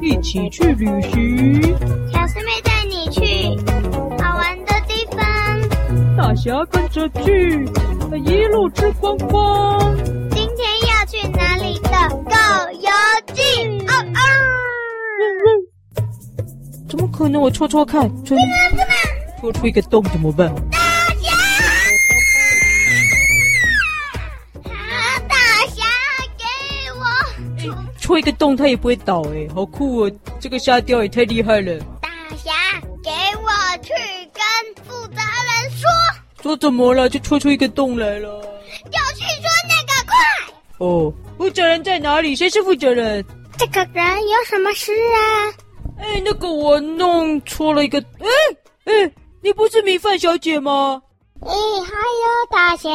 一起去旅行。小师妹带你去好玩的地方，大侠跟着去，一路吃光光。今天要去哪里的《狗游记》哦哦，怎么可能？我戳戳看，戳戳出一个洞怎么办？啊，大侠给我，戳一个洞它也不会倒哎、好酷哦！这个沙雕也太厉害了。大侠给我去跟负责人说，说怎么了？就戳出一个洞来了。要去说那个快。哦，负责人在哪里？谁是负责人？这个人有什么事啊？哎，那个我弄戳了一个，哎哎，你不是米饭小姐吗？咦，哎还有大侠，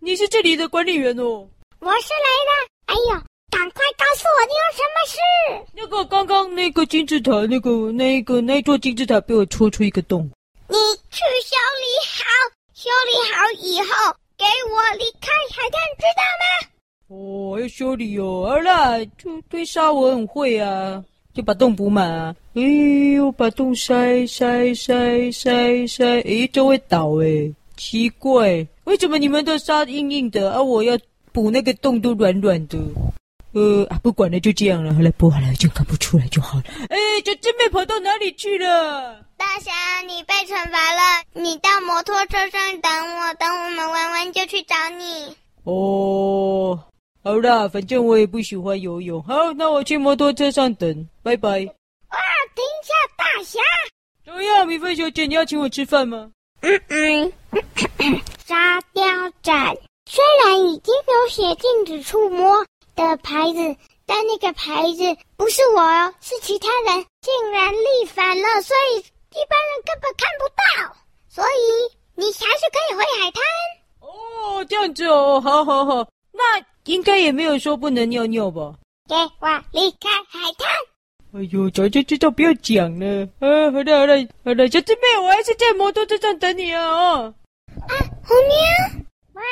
你是这里的管理员哦。我是来的。哎呦，赶快告诉我你有什么事。那个刚刚那个金字塔，那个那个那座金字塔被我戳出一个洞。你去修理好，修理好以后给我离开海滩，知道吗？哦，要修理哦。好啦，就堆沙我很会啊，就把洞补满啊。诶，我把洞塞塞塞塞塞，诶，这会倒诶，奇怪，为什么你们的沙硬硬的，而、我要补那个洞都软软的？呃，啊，不管了，就这样了。后来补好了，就看不出来就好了。哎，这真妹跑到哪里去了？大侠，你被惩罚了，你到摩托车上等我，等我们玩完就去找你。啊哦，好啦，反正我也不喜欢游泳。好，那我去摩托车上等，拜拜。哇，等一下，大侠。怎么样，米饭小姐，你要请我吃饭吗？嗯嗯，沙雕展虽然已经有写禁止触摸的牌子，但那个牌子不是我哦，是其他人竟然立反了，所以一般人根本看不到。所以你还是可以回海滩。哦，这样子哦，好好好，那应该也没有说不能尿尿吧？给我离开海滩！哎呦，早就知道不要讲了。啊，好了好了好了，小师妹，我还是在摩托车上等你啊！哦，红娘，哇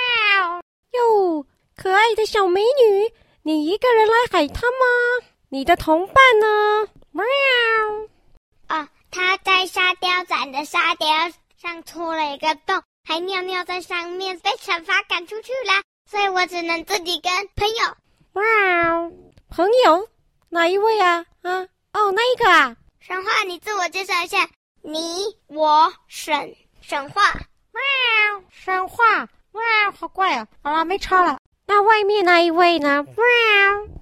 哦，哟，可爱的小美女，你一个人来海滩吗？你的同伴呢？喵！啊，他在沙雕展的沙雕上戳了一个洞，还尿尿在上面，被惩罚赶出去啦。所以我只能自己跟朋友。喵！朋友，哪一位啊？啊，哦，那一个啊，沈画，你自我介绍一下，你、我、沈、沈画。喵，神话。哇，好怪哦！好了，没差了。那外面那一位呢？喵！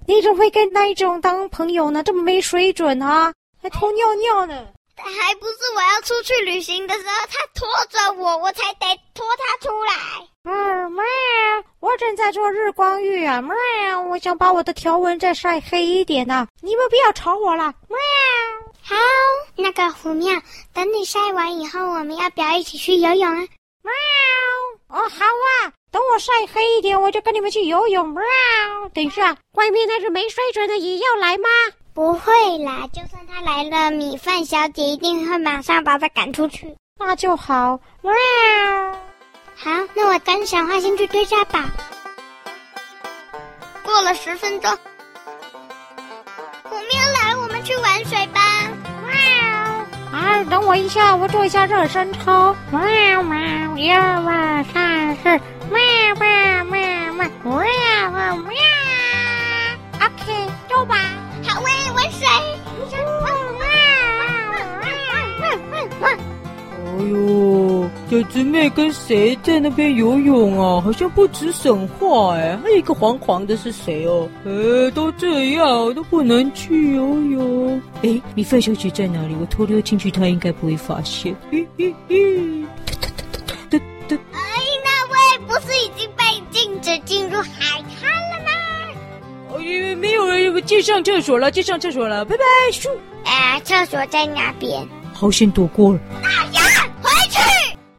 你怎么会跟那一种当朋友呢？这么没水准啊！还偷尿尿呢！还不是我要出去旅行的时候，他拖着我，我才得拖他出来。喵喵！嗯我正在做日光浴啊！喵！我想把我的条纹再晒黑一点呐、你们不要吵我了！喵！好，那个虎庙，等你晒完以后，我们要不要一起去游泳啊？喵！哦，好啊，等我晒黑一点，我就跟你们去游泳。喵！等一下，外面那只没水准的也要来吗？不会啦，就算他来了，米饭小姐一定会马上把他赶出去。那就好。喵！哦好，那我跟小花先去追沙吧。过了十分钟，虎喵来，我们去玩水吧。哇啊，等我一下，我做一下热身操。喵喵，一二三四，喵喵喵喵喵喵喵。OK，走吧。哦，好喂，玩水。哎呦，小师妹跟谁在那边游泳啊？好像不止沈画哎，还有一个黄黄的是谁哦？呃，都这样都不能去游泳。哎，米饭小姐在哪里？我偷溜进去，她应该不会发现。哎嘿嘿嘿，嘟嘟嘟嘟嘟嘟哎，那位不是已经被禁止进入海滩了吗？哦，因为没有人，进上厕所了，进上厕所了，拜拜，咻！哎，厕所在那边。好险躲过了。大牙，回去，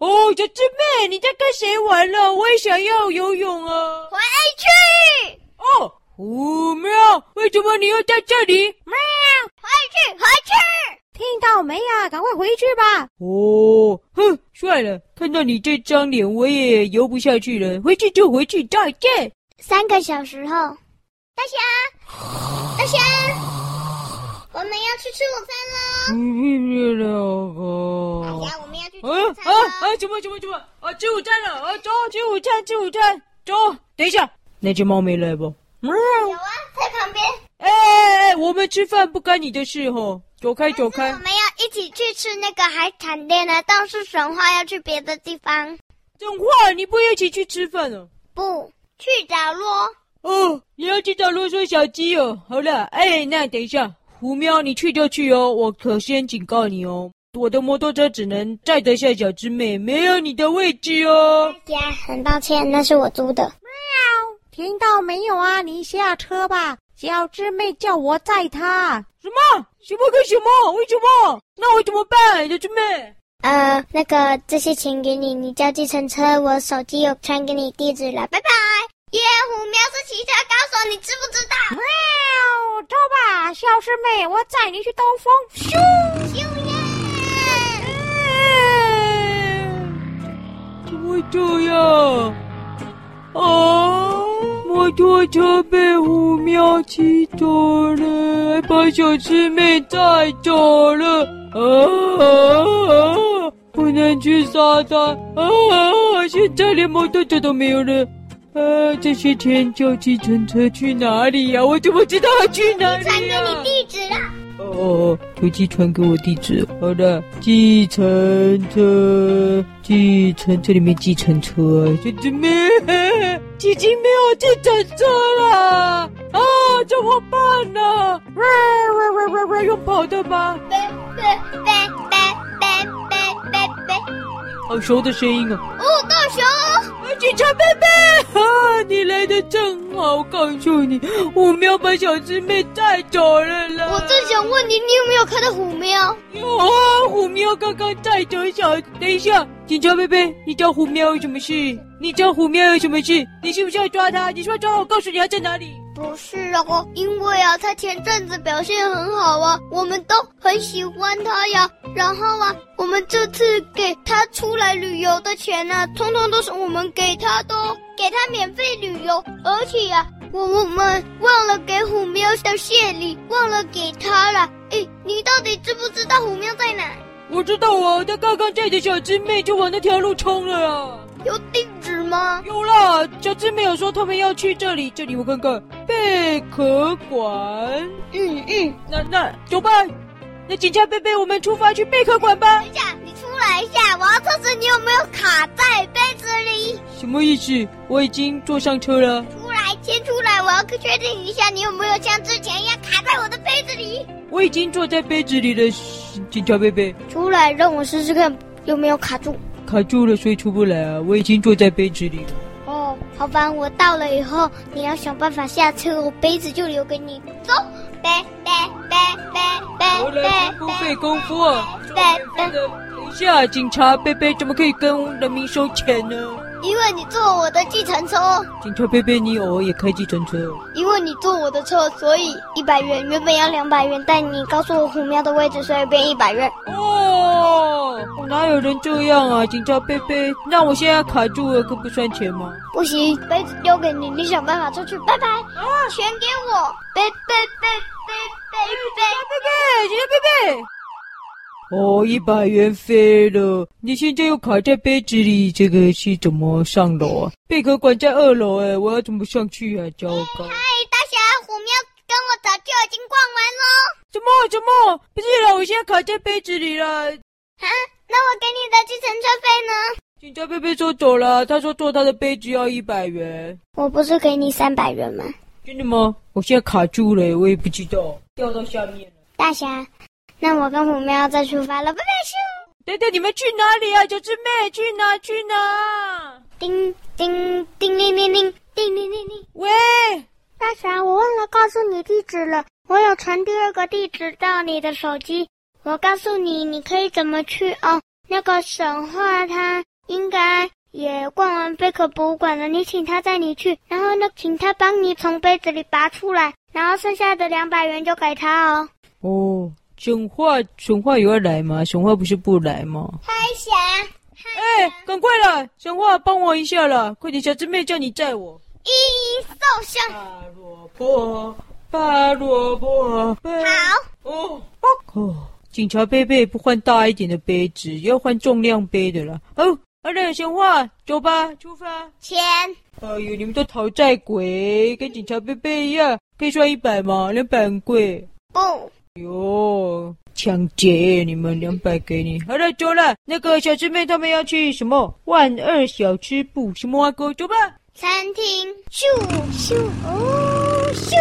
哦，小师妹，你在跟谁玩了？我也想要游泳啊！回去，哦，虎喵，为什么你又在这里？嗯喵，回去，回去。听到没啊？赶快回去吧。哦，哼，算了，看到你这张脸，我也游不下去了，回去就回去，再见。 三个小时后，大侠，大侠，我们要去吃午饭不去了吧喽！哎？呀，我们要去吃午啊嗯啊餐喽！啊！怎么怎么怎么啊？吃午餐了啊！走，吃午餐，吃午餐，走。等一下，那只猫没来吧？喵。有啊，在旁边。哎哎哎！我们吃饭不干你的事吼，走开走开哎我。们要一起去吃那个海产店的道士神话，要去别的地方。这种话你不一起去吃饭哦？不去角落，哦，你要去找啰嗦小鸡哦。好了，哎，那等一下，胡喵，你去就去哦，我可先警告你哦，我的摩托车只能载得下小师妹，没有你的位置哦。哎呀，很抱歉，那是我租的。听到没有啊？你下车吧，小师妹叫我载她。什么？什么跟什么？为什么？那我怎么办，小师妹？呃，那个这些钱给你，你叫计程车，我手机有传给你地址了，拜拜。耶，虎喵是骑车高手，你知不知道？喵，哎走吧，小师妹，我载你去兜风。咻！咻耶！怎么会这样？啊！摩托车被虎喵骑走了，还把小师妹带走了。啊！啊啊不能去沙滩啊！现在连摩托车都没有了。啊！这些钱叫计程车去哪里呀、我怎么知道要去哪里、传呀？给你地址了，哦，手机传给我地址。好的，计程车，计程这里面计程车，姐姐妹，姐姐没有计程车了啊，怎么办呢？喂喂喂喂喂，用跑的吗？拜拜拜拜拜拜拜拜。好熟的声音啊！哦，大熊，啊警察贝贝，啊，你来的正好，我告诉你，我们要把小师妹带走了啦。我正想问你，你有没有看到虎喵？有啊，虎喵刚刚带走小。等一下，警察贝贝，你找虎喵有什么事？你找虎喵有什么事？你是不是要抓他？你是不是要抓他？我告诉你，他在哪里。不是哦，因为啊，他前阵子表现很好啊，我们都很喜欢他呀。然后啊，我们这次给他出来旅游的钱呢、啊，通通都是我们给他的哦，给他免费旅游。而且呀、我我们忘了给虎喵的谢礼，忘了给他了。诶，你到底知不知道虎喵在哪？我知道啊，他刚刚带着小师妹就往那条路冲了啊。有地址吗？有啦，小师妹有说他们要去这里，这里我看看，贝壳馆。嗯嗯，那那走吧，那警察贝贝，我们出发去贝壳馆吧等。一下，你出来一下，我要测试你有没有卡在杯子里。什么意思？我已经坐上车了。出来，先出来！我要确定一下你有没有像之前一样卡在我的杯子里。我已经坐在杯子里了，警察贝贝。出来，让我试试看有没有卡住。卡住了，所以出不来啊！我已经坐在杯子里了。哦，好吧，我到了以后，你要想办法下车，我杯子就留给你。走，杯杯杯杯我杯来杯真不费功夫啊！杯杯，等一下，警察贝贝怎么可以跟人民收钱呢？因为你坐我的计程车，警察贝贝，你偶尔也开计程车哦？因为你坐我的车，所以一百元原本要两百元，但你告诉我虎喵的位置，所以变一百元。哦，哪有人这样啊？警察贝贝，那我现在卡住了，可不算钱吗？不行，杯子丢给你，你想办法出去，拜拜。全给我，杯杯杯杯杯杯。贝，警察贝贝。哦，一百元飞了！你现在又卡在杯子里，这个是怎么上楼啊？贝壳馆在二楼哎，我要怎么上去啊？糟糕！嗨，大侠，虎喵跟我早就已经逛完喽。怎么怎么？不是啦，我现在卡在杯子里了。啊，那我给你的计程车费呢？警察贝贝说走了，他说做他的杯子要一百元。我不是给你三百元吗？真的吗？我现在卡住了，我也不知道，掉到下面了。大侠，那我跟虎喵再出发了，拜拜。咻，等等，你们去哪里啊？小师妹，去哪？去哪？叮叮叮铃铃铃，叮铃铃铃。喂，大侠，我忘了告诉你地址了，我有传第二个地址到你的手机。我告诉你，你可以怎么去哦。那个神话他应该也逛完贝壳博物馆了，你请他带你去，然后呢，请他帮你从杯子里拔出来，然后剩下的两百元就给他哦。哦，沈化，沈化有要来吗？沈化不是不来吗？大侠，哎，赶快啦！沈化，帮我一下啦！快点，小师妹叫你载我。一一送上。拔萝卜，拔萝卜，好。哦哦，警察贝贝不换大一点的杯子，要换重量杯的啦。哦，好了，闲话，走吧，出发。钱哎呦，你们都讨债鬼，跟警察贝贝一样，可以算一百吗？两百很贵。不哟，抢劫！你们两百给你。好了，走了。那个小师妹他们要去什么？万二小吃部什么啊？哥，走吧。餐厅，咻咻哦咻！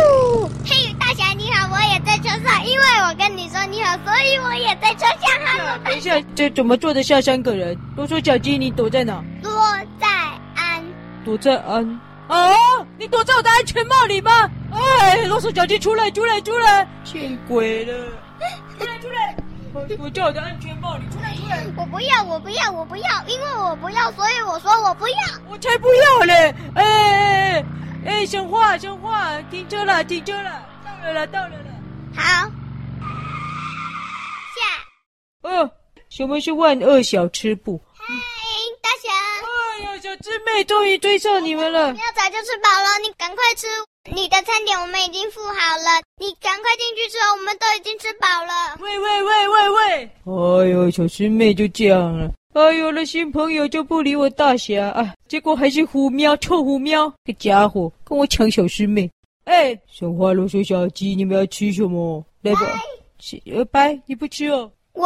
嘿，大侠你好，我也在车上，因为我跟你说你好，所以我也在车上啊。等一下，这怎么坐得下三个人？都说小鸡，你躲在哪？我在安，躲在安啊！你躲在我的安全帽里吗？哎，啰嗦小鸡，出来，出来，出来！见鬼了！出来，出来！我躲在我的安全帽里，出来，出来！我不要，我不要，我不要，因为我不要，所以我说我不要。我才不要嘞！哎哎哎哎，讲话讲话，停车了停车了，到了啦到了啦！好，下。呃，什么是万恶小吃部？嗨，大侠，哎呀，小师妹终于追上你们我了们！要早就吃饱了，你赶快吃你的餐点，我们已经付好了，你赶快进去吃哦，我们都已经吃饱了。喂喂喂喂喂！哎呦，小师妹就这样了。哎呦，那新朋友就不理我大侠啊，结果还是虎喵，臭虎喵，这家伙跟我抢小师妹！哎，小花罗说小鸡，你们要吃什么？来吧，是呃，拜，你不吃哦。我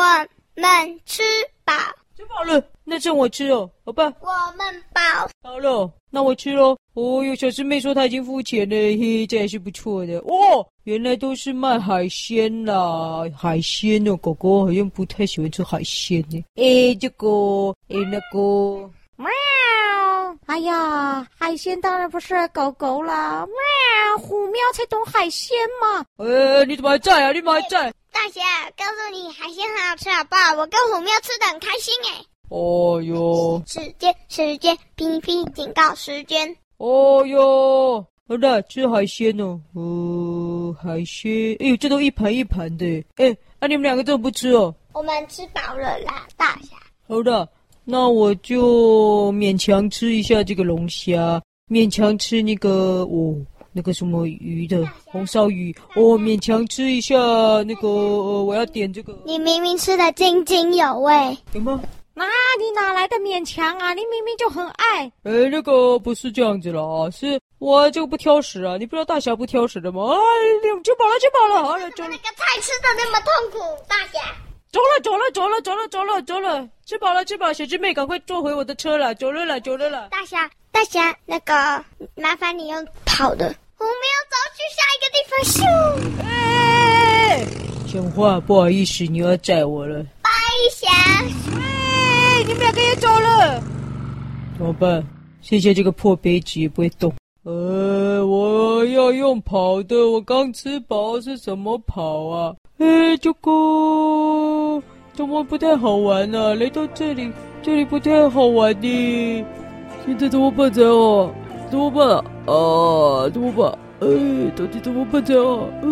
们吃饱，吃饱了，那剩我吃哦，好吧。我们饱。好了，那我吃喽。哦哟，小师妹说她已经付钱了，嘿嘿，这还是不错的哦。原来都是卖海鲜啦，海鲜哦，狗狗好像不太喜欢吃海鲜呢。诶，这个，诶，那个，喵！哎呀，海鲜当然不是狗狗啦！喵，虎喵才懂海鲜嘛！呃，你怎么还在啊？你怎么还在？大侠，告诉你，海鲜很好吃，好不好？我跟虎喵吃的很开心哎。哦哟，时间，时间，哔哔，警告时间。哦哟，好了，吃海鲜哦。哦，海鲜，哎呦，这都一盘一盘的。哎，那、你们两个怎么不吃哦？我们吃饱了啦，大侠。好的，那我就勉强吃一下这个龙虾，勉强吃那个哦，那个什么鱼的红烧鱼，哦，勉强吃一下那个，呃、我要点这个你明明吃的津津有味。有吗？那、你哪来的勉强啊？你明明就很爱。哎，那个不是这样子了啊，是我就不挑食啊，你不知道大侠不挑食的吗？哎，吃饱了，吃饱了，好了，走了那，个菜吃的那么痛苦，大侠。走了，走了，走了，走了，走了，走了，吃饱了，吃饱了，小师妹，赶快坐回我的车了，走了啦，走了啦。大侠，大侠，那个麻烦你用跑的，我们要走去下一个地方。咻，哎，讲话不好意思，你要载我了。白侠，哎，你们两个也走了，怎么办？剩下这个破杯子也不会动。呃，我要用跑的，我刚吃饱，是怎么跑啊？哎，这个怎么不太好玩呢、啊？来到这里，这里不太好玩呢。现在怎么办才好？怎么办啊？啊，怎么办？哎，到底怎么办才好？哎，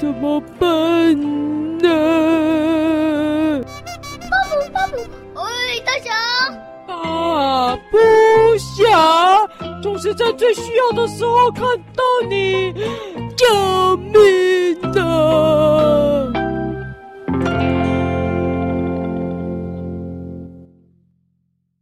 怎么办呢？巴布巴布，喂，大侠，啊，不想，总是在最需要的时候看到你，救命啊！